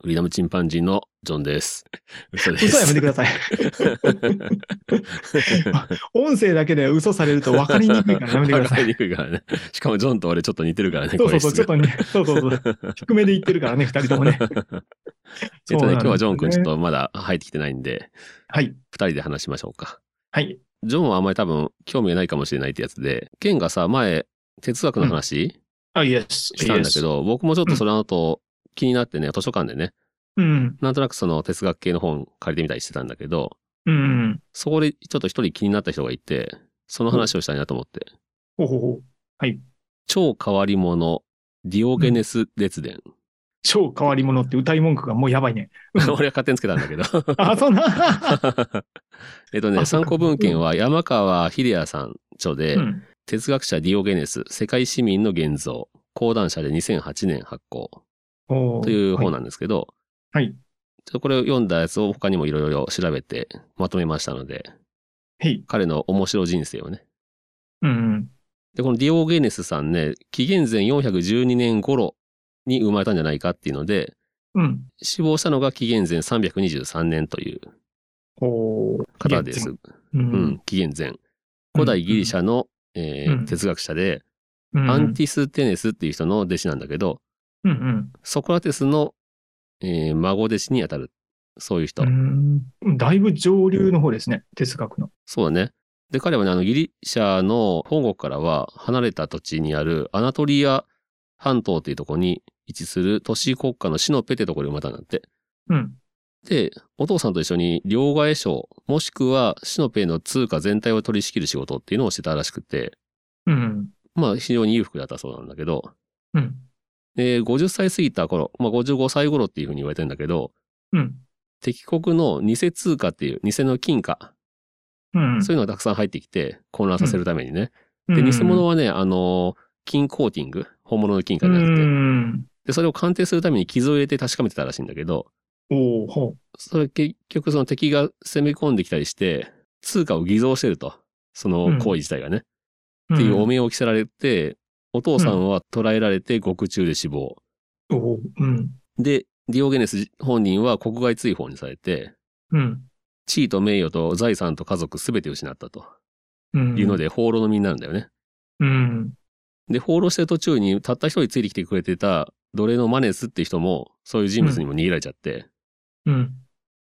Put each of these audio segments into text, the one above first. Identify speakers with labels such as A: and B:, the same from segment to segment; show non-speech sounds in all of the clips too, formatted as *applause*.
A: フリーダムチンパンジーのジョンです。嘘です。
B: 嘘はやめてください。音声だけで嘘されると分かりにくいからやめてくだ
A: わ
B: さ
A: かり
B: い。
A: にくいからね。しかもジョンと俺ちょっと似てるからね。
B: そうそうそう、ちょっと
A: ね。
B: ね、そうそうそう、低めで言ってるからね、二人と
A: *laughs*
B: もね。
A: えっとね、今日はジョ
B: そう
A: ン
B: なん
A: 君
B: ですね
A: ちょっとまだ入ってきてないんで、
B: はい、
A: 二人で話しましょうか。
B: はい、
A: ジョンはあんまり多分興味がないかもしれないってやつで、ケンがさ、前、哲学の話
B: あ、イエス、
A: したんだけ。ど、僕もちょっとその後気になってね、図書館でね、
B: うん、
A: なんとなくその哲学系の本借りてみたりしてたんだけど、
B: うん、
A: そこでちょっと一人気になった人がいて、その話をしたいなと思って。
B: ほうほうほう。
A: 超変わり者、ディオゲネス列伝。
B: 超変わり者って歌い文句がもうやばいね。
A: 俺は勝手につけたんだけ
B: *laughs*
A: ど。
B: あ、そんな。
A: えっとね、
B: あそっ
A: 参
B: か
A: 考文献は山川秀也さん著で、 *laughs*
B: うん、
A: 哲学者ディオゲネス、世界市民の現像、講談社で2008年発行
B: おー
A: という本
B: は
A: なんですけど、
B: はいは
A: ち
B: い
A: ょっとこれを読んだやつを他にもいろいろ調べてまとめましたので、
B: いはい。
A: 彼の面白人生をね。
B: うん、
A: で、このディオゲネスさんね、紀元前412年頃に生まれたんじゃないかっていうので、
B: うん。
A: 死亡したのが紀元前323年という
B: おー
A: 方です。。
B: う
A: うんん、、紀元前。古代ギリシャの、えー
B: うん
A: 哲学者で、
B: うん
A: アンティス・テネスっていう人の弟子なんだけど、
B: うん、うん
A: ソクラテスの、えー孫弟子にあたる。そういう人。
B: うん。だいぶ上流の方ですね、哲学の。
A: そうだね。で、彼はね、あの、ギリシャの本国からは離れた土地にあるアナトリア半島っていうとこに位置する都市国家のシノペってところで生まれたんだって。
B: うん。
A: で、お父さんと一緒に両替商、もしくはシノペの通貨全体を取り仕切る仕事っていうのをしてたらしくて、
B: うん。
A: まあ非常に裕福だったそうなんだけど、
B: うん。
A: で、50歳過ぎた頃、まあ55歳頃っていうふうに言われてんだけど、
B: うん。
A: 敵国の偽通貨っていう、偽の金貨、
B: うん。
A: そういうのがたくさん入ってきて、混乱させるためにね。
B: う
A: で、
B: ん
A: 偽物はね、あの、金コーティング、本物の金貨
B: う
A: じゃなくて、
B: ん。
A: で、それを鑑定するために傷を入れて確かめてたらしいんだけど、
B: おおほ
A: それ結局その敵が攻め込んできたりして、通貨を偽造してると。その行為自体がね。
B: う。
A: っていうお面を着せられて、お父さんは捕らえられて獄中で死亡。
B: おおうん。
A: で、ディオゲネス本人は国外追放にされて、
B: うん。
A: 地位と名誉と財産と家族すべて失ったと
B: うん。
A: いうの。で、放浪の身になるんだよね。
B: うん。
A: で、放浪してる途中に、たった一人ついてきてくれてた奴隷のマネスって人も、そういう人物にも逃げられちゃって、
B: うん。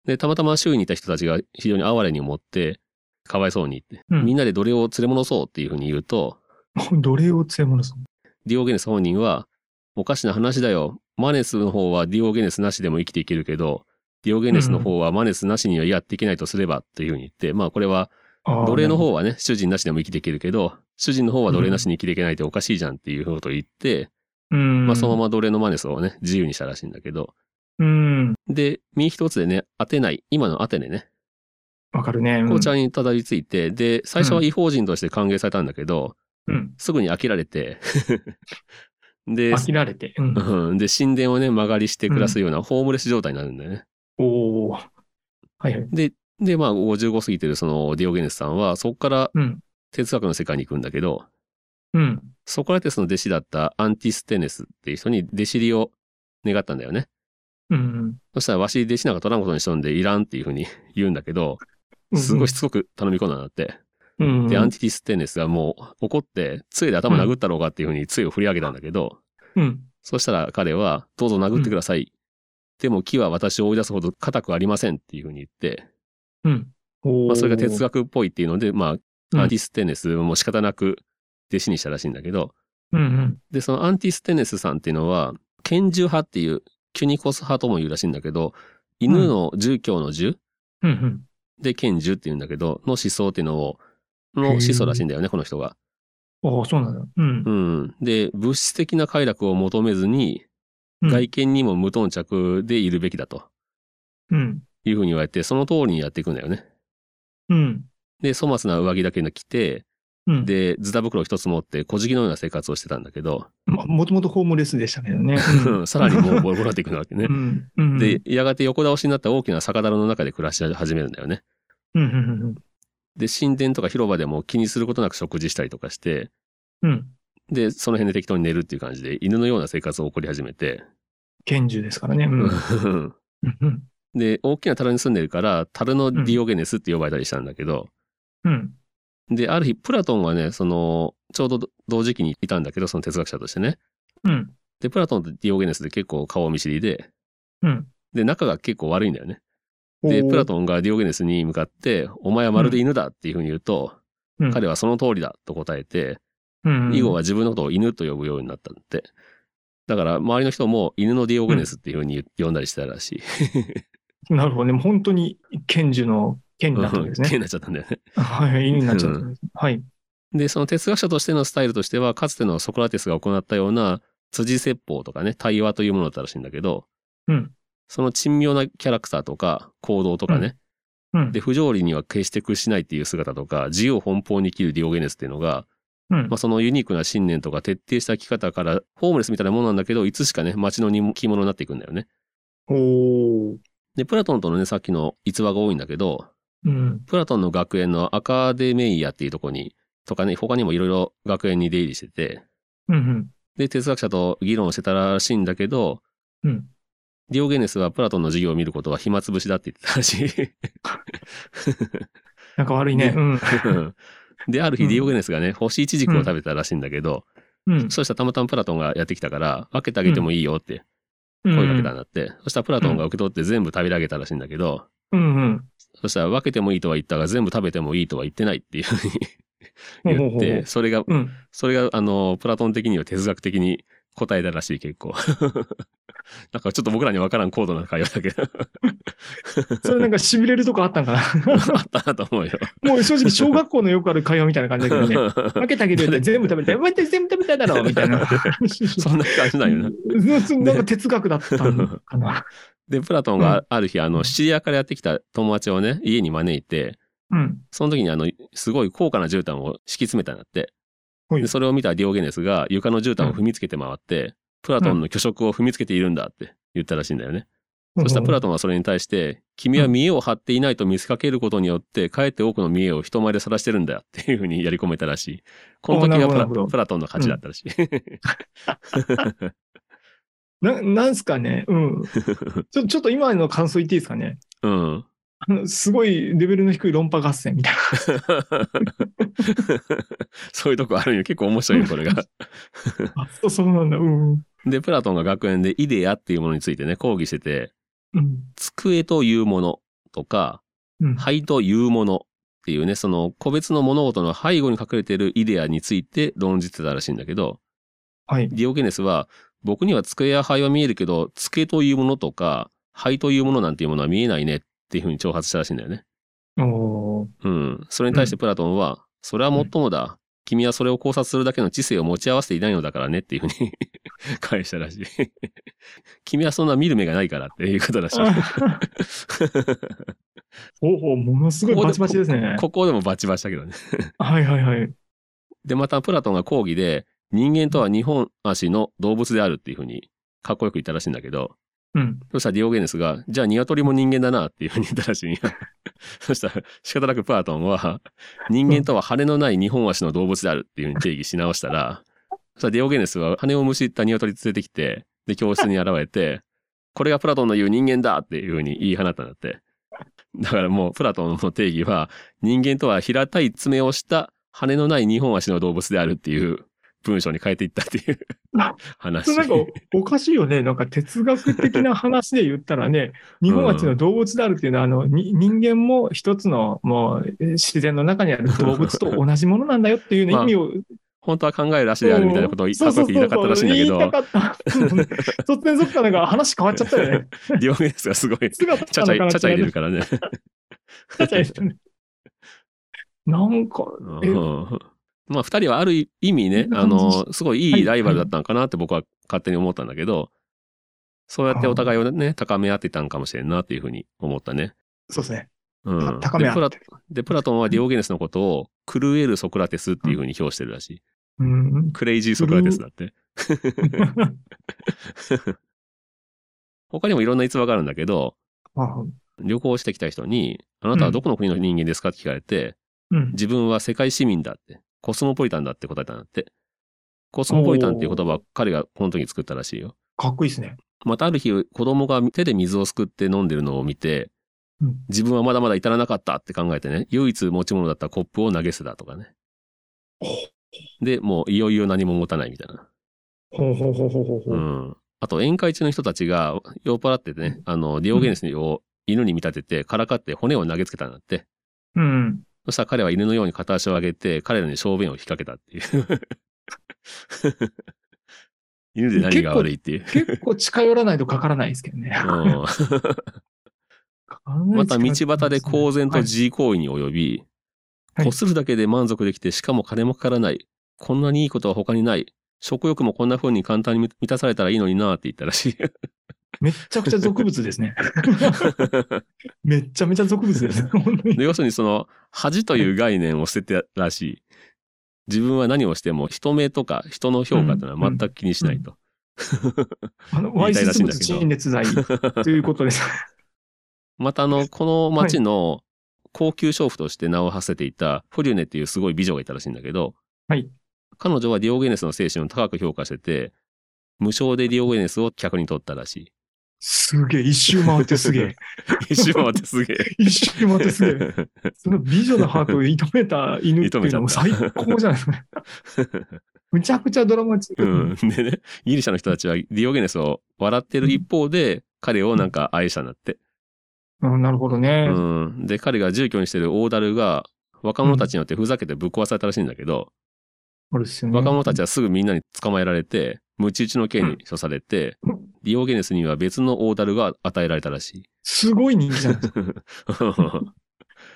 A: で、たまたま周囲にいた人たちが非常に哀れに思って、かわいそうにって、
B: うん
A: みんなで奴隷を連れ戻そうっていうふうに言うと、
B: *laughs* 奴隷を強者さん。
A: ディオゲネス本人は、おかしな話だよ。マネスの方はディオゲネスなしでも生きていけるけど、ディオゲネスの方はマネスなしにはやっていけないとすれば、というふうに言って、まあこれは、
B: あー
A: 奴隷の。方はね、主人なしでも生きていけるけど、主人の方は奴隷なしに生きていけないっておかしいじゃんっていうことを言って、
B: うん。
A: まあそのまま奴隷のマネスをね、自由にしたらしいんだけど、
B: ま。うん。
A: で、身一つでね、アテナイ、今のアテネね、
B: わかるね。うん
A: 紅茶にたどり着いて、で、最初は違法人として歓迎されたんだけど、
B: うん。
A: すぐに飽きられて、 *laughs* で、
B: 飽きられて。うん。
A: うん。で、神殿をね、曲がりして暮らすようなホームレス状態になるんだよね。
B: おおはいはい。
A: で、で、まあ、55過ぎてるそのディオゲネスさんは、そこから
B: うん。
A: 哲学の世界に行くんだけど、
B: うん。
A: ソクラテスの弟子だったアンティステネスっていう人に弟子入りを願ったんだよね。
B: うん。
A: そしたら、わし弟子なんか取らんことにしとんでいらんっていうふうに言うんだけど、
B: うん
A: すごいし。つこく頼み込んだんだって。
B: うん。
A: で、アンティステネスがもう怒って、杖で頭殴ったろうかっていうふうに杖を振り上げたんだけど、
B: うん。
A: そしたら彼は、どうぞ殴ってください。でも木は私を追い出すほど硬くありませんっていうふうに言って、
B: うん。お
A: まあそれが哲
B: 学。
A: 学っぽいっていうので、ま
B: う
A: あ、
B: ん
A: アンティステネスも仕方なく弟子にしたらしいんだけど、
B: うん。
A: で、そのアンティステネスさんっていうのは、拳銃派っていう、キュニコス派とも言うらしいんだけど、犬の儒教の儒
B: うん。うん。
A: で拳銃っていうんだけど、の思想っていうのを、の思想らしいんだよね、この人が。
B: おおそうなんだ。うん
A: う。ん。で、物質的な快楽を求めずに、外見にも無頓着でいるべきだと。
B: うん。
A: いうふうに言われて、その通りにやっていくんだよね。
B: うん。
A: で、粗末な上着だけの着て、
B: うん、
A: で、ズタ袋一つ持って、小じきのような生活をしてたんだけど、
B: まもともとホームレスでしたけどね。
A: *laughs* さらにもうボロボロっていくなわけね
B: う。ん。うん、
A: で、やがて横倒しになった大きな酒樽の中で暮らし始めるんだよね。
B: うん、うんうん
A: で、神殿とか広場でも気にすることなく食事したりとかして、
B: うん、うん。
A: で、その辺で適当に寝るっていう感じで、犬のような生活を送り始めて、
B: 拳銃ですからね。うん。うん。
A: *laughs* で、大きな樽に住んでるから、樽のディオゲネスって呼ばれたりしたんだけど、
B: うん。
A: で、ある日、プラトンはね、その、ちょうど同時期にいたんだけど、その哲学者としてね。
B: うん。
A: で、プラトンとディオゲネスで結構顔見知りで、
B: うん。
A: で、仲が結構悪いんだよね。で、プラ
B: ン、
A: トンがディオゲネスに向かって、お前はまるで犬だっていうふうに言うと、
B: うん、
A: 彼はその通りだと答えて、
B: うん、
A: 以後は自分のことを犬と呼ぶようになったんだって。だから、周りの人も犬のディオゲネスっていうふうに言呼んだりしてたらしい。
B: なるほどね。もう本当に拳銃の剣に *laughs* なったわけです
A: 毛
B: ね。
A: になっちゃったんだよね。
B: *laughs* はい、犬になっちゃったわけです。はい。
A: *laughs* で、その哲学者としてのスタイルとしては、かつてのソクラテスが行ったような、辻説法とかね、対話というものだったらしいんだけど、
B: うん
A: その珍妙なキャラクターとか、行動とかね、
B: うん。
A: で、不条理には決して屈しないっていう姿とか、自由奔放に生きるディオゲネスっていうのが、
B: うん
A: まあ、そのユニークな信念とか徹底した生き方から、ホームレスみたいなものなんだけど、いつしかね、街の人気者になっていくんだよね。
B: おー。
A: で、プラトンとのね、さっきの逸話が多いんだけど、
B: うん。
A: プラトンの学園のアカデメイアっていうとこに、とかね、他にもいろいろ学園に出入りしてて、
B: うん。
A: で、哲学者と議論をしてたらしいんだけど、
B: うん。
A: ディオゲネスはプラトンの授業を見ることは暇つぶしだって言ってたらしい。
B: なんか悪いね。
A: ね
B: うん。
A: で、ある
B: う
A: 日
B: ん
A: ディオゲネスがね、星イチジクを食べたらしいんだけど、
B: うん。
A: そしたらたまたまプラトンがやってきたから、分けてあげてもいいよって声かけたんだって。そしたらプラトンが受け取って全部食べ上げたらしいんだけど、
B: うんうん。
A: そしたら分けてもいいとは言ったが、全部食べてもいいとは言ってないっていうふうに
B: ほう
A: 言
B: ほ
A: っ
B: うほう
A: て、それが、
B: うん。
A: それが、あの、プラトン的には哲学的に答えたらしい、結構。 *laughs* なんかちょっと僕らに分からん高度な会話だけど、 *laughs*
B: それなんか痺れるとこあったんかな。
A: あったなと思うよ。
B: もう正直小学校のよくある会話みたいな感じだけど
A: *laughs*
B: ね。分けてあげるよって全部食べて、待って全部食べただろうみたいな。 *laughs*
A: そんな感じなんよな。
B: うんなんか哲学だったの
A: *laughs*
B: かな。
A: で、プラトン
B: う
A: がある日、あの、シチリアからやってきた友達をね、家に招いて、
B: うん。
A: その時にあの、すごい高価な絨毯を敷き詰めたんだって。
B: はい
A: で、それを見たディオゲネスが床の絨毯を踏みつけて回って、プラトンの虚飾を踏みつけているんだって言ったらしいんだよね。そしたらプラトンはそれに対して、君は見栄を張っていないと見せかけることによって、かえって多くの見栄を人前で晒してるんだよっていうふうにやり込めたらしい。この時
B: な
A: が
B: るほ
A: プ
B: どな
A: ラ
B: るほど
A: プラトンの勝ちだったらしい。
B: な、なんすかね。
A: *laughs*
B: うん。ちょ、ちょっと今の感想言っていいですかね。
A: うん。 *laughs*
B: あのすごいレベルの低い論破合戦みたい
A: そういうとこあるんよ。結構面白いよ、これが。
B: な。あ、そう、そうなんだ。うん。うん
A: で、プラトンが学園でイデアっていうものについてね、講義してて、
B: うん。
A: 机というものとか、
B: うん。
A: 灰というものっていうね、その個別の物事の背後に隠れているイデアについて論じてたらしいんだけど、
B: はい。
A: ディオゲネスは、僕には机や灰は見えるけど、机というものとか、灰というものなんていうものは見えないねっていうふうに挑発したらしいんだよね。
B: おー
A: うん。それに対してプラトンは、それはもっともだ。君はそれを考察するだけの知性を持ち合わせていないのだからねっていうふうに *laughs* 返したらしい。 *laughs* 君はそんな見る目がないからっていうことらしい。
B: お *laughs* お、ものすごいバチバチですね。
A: ここでもバチバチだけどね。
B: はいはいはい。
A: で、またプラトンが講義で、人間とは二本足の動物であるっていうふうにかっこよく言ったらしいんだけど、
B: うん。
A: そしたらディオゲネスが、じゃあ鶏も人間だなっていうふうに言ったらし
B: *laughs*
A: いんや。そしたら仕方なくプラトンは、人間とは羽のない二本足の動物であるっていうふうに定義し直したら、そしたらディオゲネスは羽をむしった鶏連れてきて、で、教室に現れて、これがプラトンの言う人間だっていうふうに言い放ったんだって。だからもうプラトンの定義は、人間とは平たい爪をした羽のない二本足の動物であるっていう文章に変えていったって
B: *laughs*
A: いう
B: それ
A: 話。
B: なんかおかしいよね。なんか哲学的な話で言ったらね、日本はちの動物であるっていうのは、あの、に人間も一つのもうえー自然の中にある動物と同じものなんだよっていうね、
A: まあ
B: 意味を。
A: 本当は考える足であるみたいなことをかっ
B: そう
A: こ
B: そ
A: よ
B: う
A: く言いたかったらしいんだけど、
B: そうそう言いたかった。突然そっかなんか話変わっちゃったよね。
A: ディオゲネスがす
B: *laughs*
A: ごい、ち
B: 姿
A: ゃちゃ、ち
B: な
A: ゃ
B: ん
A: ち
B: か
A: ゃ入れるからね。
B: ちゃちゃ入れるなんか、え
A: うんまあ、二人はある意味ね、あの、すごいいいライバルだったのかなって僕は勝手に思ったんだけど、そうやってお互いをね、高め合ってたんかもしれんなっていうふうに思ったね。
B: そうですね。
A: うん、
B: 高め
A: で
B: 合
A: プラ
B: ってる。
A: で、プラトンはディオゲネスのことを、狂えるソクラテスっていうふうに表してるらしい。
B: うん。 *laughs*
A: クレイジーソクラテスだって。他にもいろんな逸話があるんだけど、
B: あ
A: 旅行してきた人に、あなたはどこの国の人間ですかって聞かれて、
B: うん。
A: 自分は世界市民だって、コスモポリタンだって答えたんだって。コスモポリタンっていう言葉は彼がこの時に作ったらしいよ。
B: かっこいいですね。
A: またある日、子供が手で水をすくって飲んでるのを見て
B: うん、
A: 自分はまだまだ至らなかったって考えてね、唯一持ち物だったコップを投げ捨てたとかね。で、もういよいよ何も持たないみたいな。
B: ほうほうほうほうほう
A: う
B: ほう。
A: ん。あと、宴会中の人たちが酔っ払っててね、あの、ディオゲネスを犬に見立てて、からかって骨を投げつけたんだって。
B: うん。
A: そしたら彼は犬のように片足を上げて、彼らに小便を引っ掛けたっていう。 *laughs* 犬で何が悪いっていう。
B: 結構近寄らないとかからないですけどね。
A: うん
B: かからない
A: *laughs* また道
B: 近寄らな
A: 端
B: い
A: で
B: ですね
A: 公然と
B: はい
A: 自慰行為に及び、
B: はい
A: こするだけで満足できて、しかも金もかからない。こんなにいいことは他にない。食欲もこんな風に簡単に満たされたらいいのになって言ったらしい。 *laughs*
B: めっちゃくちゃ俗物ですね。めっちゃめちゃ俗物です。
A: *laughs*
B: 本当に。
A: で要するにその恥という概念を捨ててらしい。自分は何をしても人目とか人の評価っていうのは全く気にしないと。
B: あの、
A: 言
B: わ
A: い
B: い
A: たい
B: せ
A: らし
B: つ
A: いんだ
B: 物
A: けど
B: 陳列罪ということです。
A: またあの、この町の高級娼婦として名を馳せていたフォリュネっていうすごい美女がいたらしいんだけど、
B: はい
A: 彼女はディオゲネスの精神を高く評価してて、無償でディオゲネスを客に取ったら
B: *laughs*
A: し
B: すげえ、一周回ってすげ
A: *laughs*
B: え。
A: い。一瞬待ってすげえ。
B: 一周回ってすげえ。その美女のハートを射止めた犬っていうのも最高じゃないですか。
A: *laughs*
B: むちゃくちゃドラマチック。
A: うん。でね、ギリシャの人たちはディオゲネスを笑ってる一方で、彼をなんか愛者になって。
B: うんなるほどね。
A: うん。で、彼が住居にしてる大樽が、若者たちによってふざけてぶっ壊されたらしいんだけど、
B: そうですよね。
A: 若者たちはすぐみんなに捕まえられて、ムチ打ちの刑に処されて、
B: うん
A: ディオゲネスには別の大樽が与えられたらしい。 *laughs*
B: すごい人気じゃないです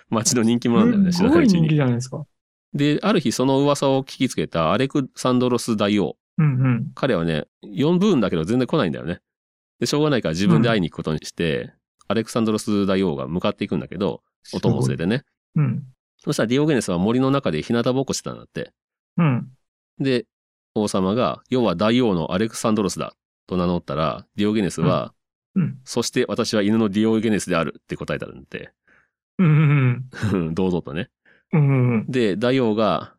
A: 町の人気者なんだよ
B: か。
A: ね、知
B: す
A: らな
B: ご
A: い
B: いう
A: ち
B: 人気
A: に。
B: じゃないですか。
A: で、ある日その噂を聞きつけたアレクサンドロス大王。
B: うんうん。
A: 彼はね、4ブーンだけど全然来ないんだよね。で、しょうがないから自分で会いに行くことにして、アレクサンドロス大王が向かっていくんだけど、お供を連れてね。
B: うん。
A: そしたらディオゲネスは森の中で日向ぼっこしてたんだって。
B: うん。
A: で、王様が、要は大王のアレクサンドロスだと名乗ったら、ディオゲネスは、
B: うんうん
A: そして私は犬のディオゲネスであるって *laughs* 答えたんで、
B: うんうん
A: 堂々とね。
B: うん。うんうん。
A: で、大王が、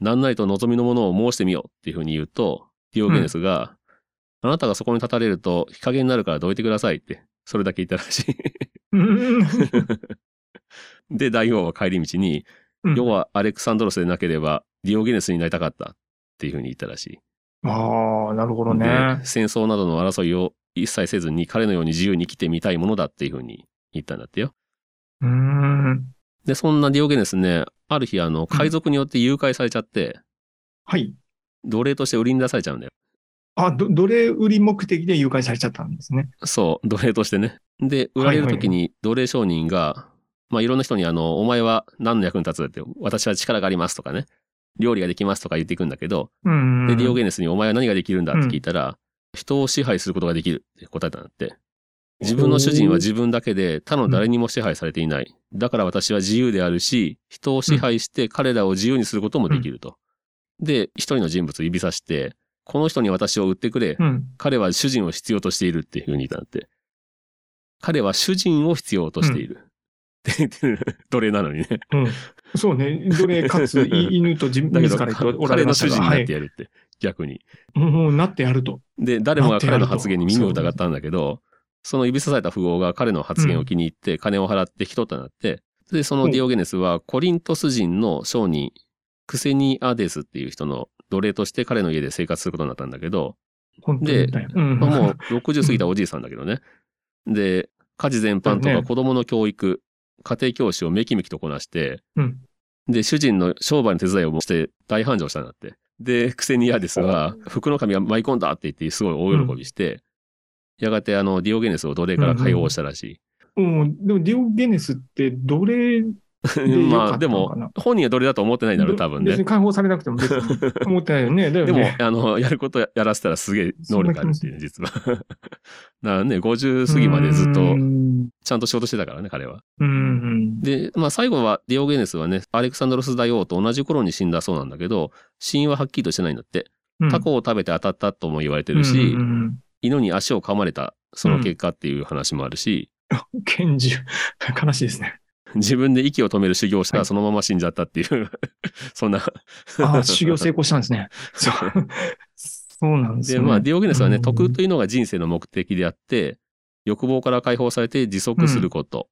A: 何なりと望みのものを申してみようっていうふうに言うと、ディオゲネスが、あなたがそこに立たれると日陰になるからどいてくださいって、それだけ言ったらしい。 *laughs*
B: うん
A: で、大王は帰り道に、
B: うん。
A: 要はアレクサンドロスでなければディオゲネスになりたかったっていうふうに言ったらしい。
B: ああ、なるほど
A: で
B: ね。
A: 戦争などの争いを一切せずに彼のように自由に生きてみたいものだっていうふうに言ったんだってよ。
B: うーん。
A: で、そんなディオゲネスね、ある日あの、海賊によって誘拐されちゃって、
B: はい。
A: 奴隷として売りに出されちゃうんだよ。
B: あ、ど、奴隷売り目的で誘拐されちゃったんですね。
A: そう、奴隷としてね。で、売られる時に奴隷商人が、まあいろんな人にあの、お前は何の役に立つだって、私は力がありますとかね、料理ができますとか言っていくんだけど、
B: うん。
A: で、ディオゲネスにお前は何ができるんだって聞いたら、人を支配することができるって答えたんだって。自分の主人は自分だけで他の誰にも支配されていない。だから私は自由であるし、人を支配して彼らを自由にすることもできると。で、一人の人物を指さして、この人に私を売ってくれ。
B: うん。
A: 彼は主人を必要としているっていう風に言ったんだって。彼は主人を必要としている。って言ってる。奴隷なのにね。
B: うん。そうね。奴隷かつい犬と自
A: だけ
B: 自
A: ど、
B: ら
A: か
B: 言っておら
A: 彼
B: れま
A: の
B: した
A: 主
B: が
A: 人に
B: は
A: なっ
B: い
A: て。やるって。逆に。
B: もうなってやると。
A: で、誰もが彼の発言に耳を疑ったんだけど、その指さされた富豪が彼の発言を気に入って、金を払って引き取ったんだって。で、そのディオゲネスは、コリントス人の商人、クセニアデスっていう人の奴隷として彼の家で生活することになったんだけど、
B: 本当にね。うん。
A: まあもう60過ぎたおじいさんだけど
B: *laughs*
A: ね。で、家事全般と
B: だ
A: か
B: ね
A: 子供の教育、家庭教師をめきめきとこなして、
B: うん
A: で、主人の商売の手伝いをして大繁盛したんだって。で、クセニアデスは、服の髪が舞い込んだって言って、すごい大喜びして、やがてあの、ディオゲネスを奴隷から解放したらしい。
B: うん。でもディオゲネスって奴隷でよ
A: *laughs*
B: か
A: ま
B: った
A: あ、で
B: のかな
A: も、本人はどれだと思ってないんだろう、多分
B: 別
A: ね
B: に。解放されなくても別に思ってないよね。だよ
A: でも
B: ね。、
A: あの、やることやらせたらすげえ能力あるっていう、実は。だ *laughs* からね、50過ぎまでずっと
B: う、ん
A: ちゃんと仕事してたからね、彼は。
B: うんうん。
A: で、まあ最後はディオゲネスはね、アレクサンドロス大王と同じ頃に死んだそうなんだけど、死因ははっきりとしてないんだって。
B: うん
A: タコを食べて当たったとも言われてるし、
B: うんうん
A: 犬に足を噛まれた、その結果っていう話もあるし、
B: うん拳銃。 *laughs* 悲しいですね。
A: 自分で息を止める修行をした
B: は
A: ら
B: い
A: そのまま死んじゃったっていう、 *laughs* そんな。 *laughs*
B: ああ、修行成功したんですね。そう。そうなんです
A: で、
B: ね。
A: まあディオゲネスは
B: う
A: ね、
B: ん
A: 徳というのが人生の目的であって、欲望から解放されて自足すること、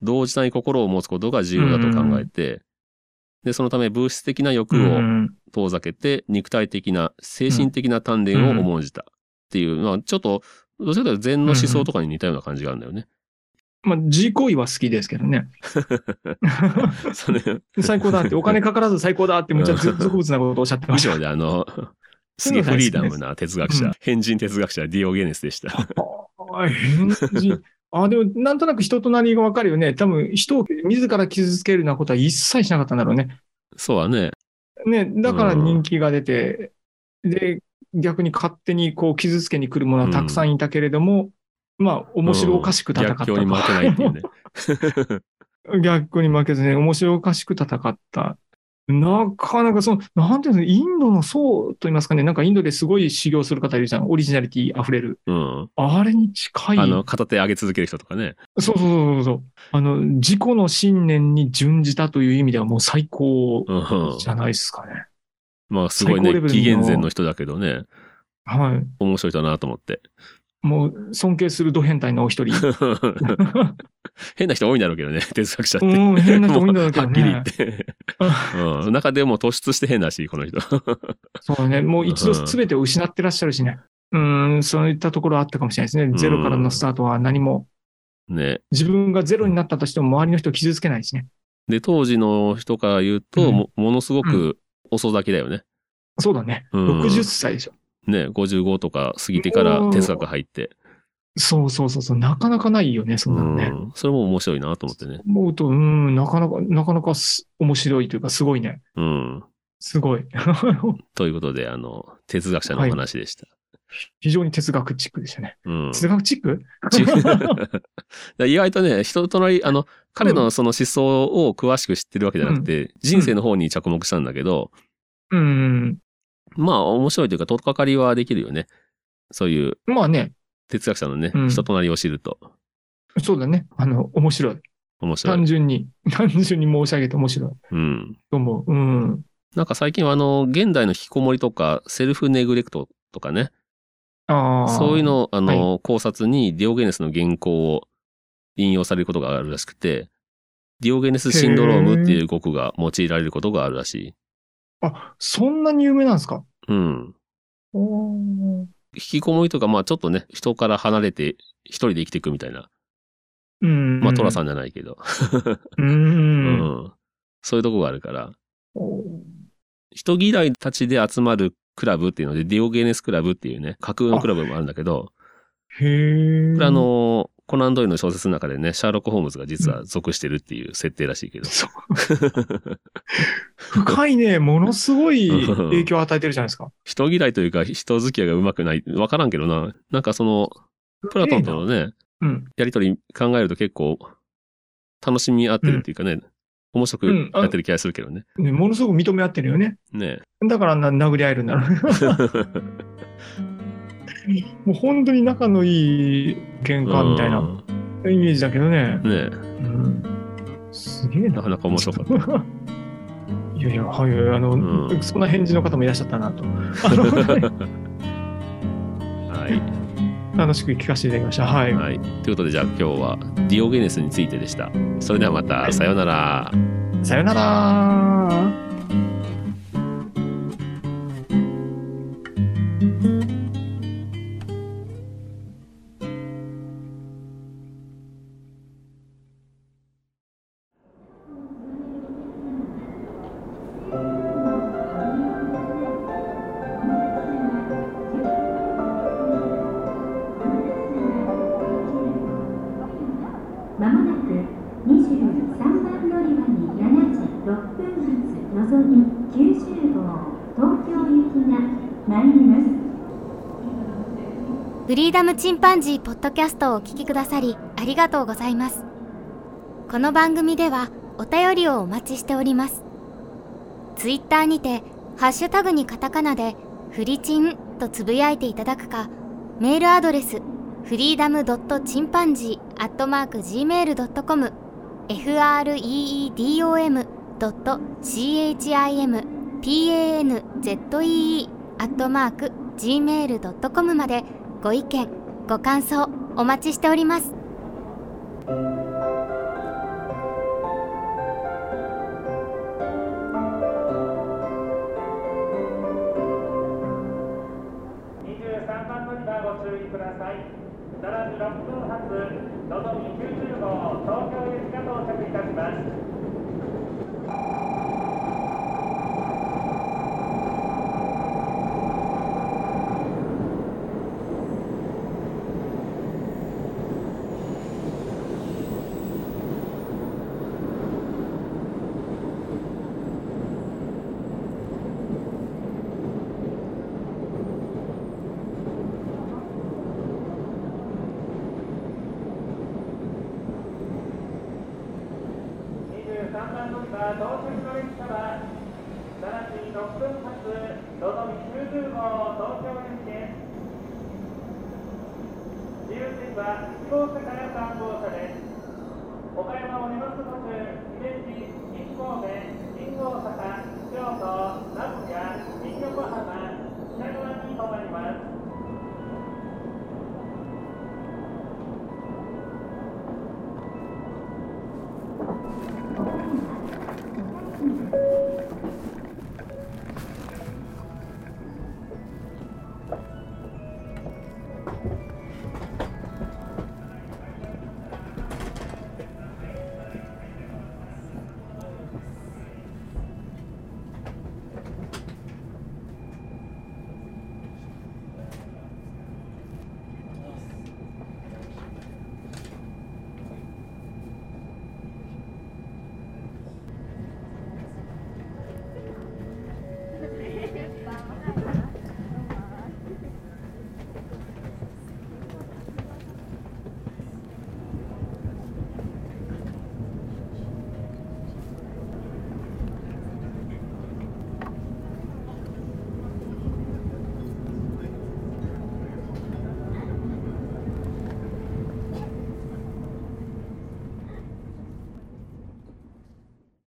A: 同時多に心を持つことが重要だと考えて、で、そのため物質的な欲を
B: うん
A: 遠ざけて肉体的な精神的な鍛錬を重んじたっていう、まあちょっとどちらかというと禅の思想とかに似たような感じがあるんだよ
B: *laughs*
A: ね。
B: まあ、自行為は好きですけど
A: *laughs*
B: ね。
A: それ
B: 最高だって、お金かからず最高だって、むっちゃ俗物なことをおっしゃってま
A: む
B: し。
A: したろね、あ
B: *laughs*
A: の、すげえフリーダムな哲学
B: う
A: 者
B: ん、
A: 変人哲学者ディオゲネスで
B: *laughs*
A: した。 *laughs*
B: あ変人あでも、なんとなく人となりがわかるよね。多分、人を自ら傷つけるようなことは一切しなかったんだろうね。
A: そうはね。
B: ね、だから人気が出て、で、逆に勝手にこう傷つけに来るものはたくさんいたけれども、まあ、面白おかしく戦った
A: 逆
B: と
A: 境に負けないって
B: *laughs*
A: いうね。
B: 逆に負けずね、面白おかしく戦った。なかなかその、なんていうの、インドの僧と言いますかね、なんかインドですごい修行する方いるじゃん。オリジナリティ溢れる。
A: うん。
B: あれに近い。
A: あの、片手上げ続ける人とかね。
B: そうそうそうそうそう。あの、自己の信念に準じたという意味ではもう最高
A: うん
B: *laughs*
A: うん。
B: じゃないですかね。
A: まあすごい
B: 最高レ
A: ね
B: ベル、の
A: 紀元前の人だけどね、
B: はい。
A: 面白い人だなと思って。 *laughs*
B: もう尊敬するド変態のお一人。
A: 変な人多いんだろうけどね、 *laughs* 哲学者って。
B: うん、変な人多いんだろうけど
A: はっきり言
B: ね
A: っ。て。うん。中でも突出して変だし、この人。 *laughs*
B: そうだね。もう一度
A: うん
B: 全てを失ってらっしゃるしね。うん、そういったところはあったかもしれないですね。ゼロからのスタートは何も、
A: ね。
B: 自分がゼロになったとしても周りの人を傷つけないしね。
A: で、当時の人から言うと、
B: うん
A: もものすごく遅咲きだよね。
B: そうだね。
A: うん
B: 60歳でしょ。
A: ね、55とか過ぎてから哲学入って。
B: そうそうそうそう。なかなかないよね、そんなのね。
A: うんそれも面白いなと思ってね。
B: 思うと、うん、なかなか、なかなかす面白いというか、すごいね。
A: うん。
B: すごい。 *laughs*
A: ということで、あの、哲学者のお話でした。
B: 非常に哲学チックでしたね。 *laughs*
A: うん。
B: 哲学チック
A: 違うだから意外とね、人となり、あの、彼のその思想を詳しく知ってるわけじゃなくて、人生の方に着目したんだけど、
B: うん。
A: まあ面白いというか、取っかかりはできるよね。そういう
B: まあね、
A: 哲学者のね、
B: うん
A: 人となりを知ると
B: そうだね。あの、面白い。
A: 面白
B: 単
A: い。
B: 純に、単純に申し上げて面白い
A: うん。
B: と思う。うん。
A: なんか最近はあの、現代の引きこもりとか、セルフネグレクトとかね、
B: ああ。
A: そういうのを、あの、
B: は
A: 考察にディオゲネスの原稿を引用されることがあるらしくて、ディオゲネスシンドロームっていう語句が用いられることがあるらし
B: あ、そんなに有名なんですか
A: い。うん。
B: おー
A: 引きこもりとか、まあちょっとね、人から離れて一人で生きていくみたいな。
B: うん。
A: まあトラさ
B: ん。
A: んじゃないけど。
B: う。
A: うんん。そういうとこがあるから、
B: おー
A: 人嫌いたちで集まるクラブっていうので、ディオゲネスクラブっていうね、架空のクラブもあるんだけど、
B: へえ。
A: これあ、の、コナンドイルの小説の中でね、シャーロック・ホームズが実は属してるっていう設定らしいけど。
B: そう深いね、ものすごい影響を与えてるじゃないですか。
A: 人嫌いというか人付き合いがうまくない、わからんけどな。なんかその、プラトンとのね、
B: うん。
A: やりとり考えると結構、楽しみ合ってるっていうかね、面白くやってる気がするけどね。
B: ね、ものすごく認め合ってるよね。
A: ね
B: だからな殴り合えるんだろう。
A: *laughs*
B: もう本当に仲のいい喧嘩みたいな
A: うん
B: イメージだけどね。
A: ね
B: うん。すげえ
A: な
B: な
A: か。なか面白かっ
B: *laughs* いやいや、はい、あの、
A: うん
B: そんな返事の方もいらっしゃった
A: *laughs*
B: なと。あの
A: た。はい。
B: 楽しく聞かせていただきました。はい。
A: はい。ということで、じゃあ今日はディオゲネスについてでした。それではまた、さようなら。
B: さよなら。
C: まもなく23番乗り場に
D: 90号東京行きが参ります。
C: フリーダムチンパンジーポッドキャストをお聞きくださりありがとうございます。この番組ではお便りをお待ちしております。ツイッターにてハッシュタグにカタカナでフリチンとつぶやいていただくか、メールアドレスフリーダムドットチンパンジーアットマーク gmail.com freedom ドット chimpanzee アットマーク gmail.com までご意見ご感想お待ちしております
E: 23番乗り場ご注意ください。並び6分発、のぞみ90号、東京駅が到着いたします。23番乗り場、到着の列車は、並び6分発、のぞみ90号、東京駅です。自由席は1号車から3号車です。岡山を目指す途中、姫路、1号目、新大阪、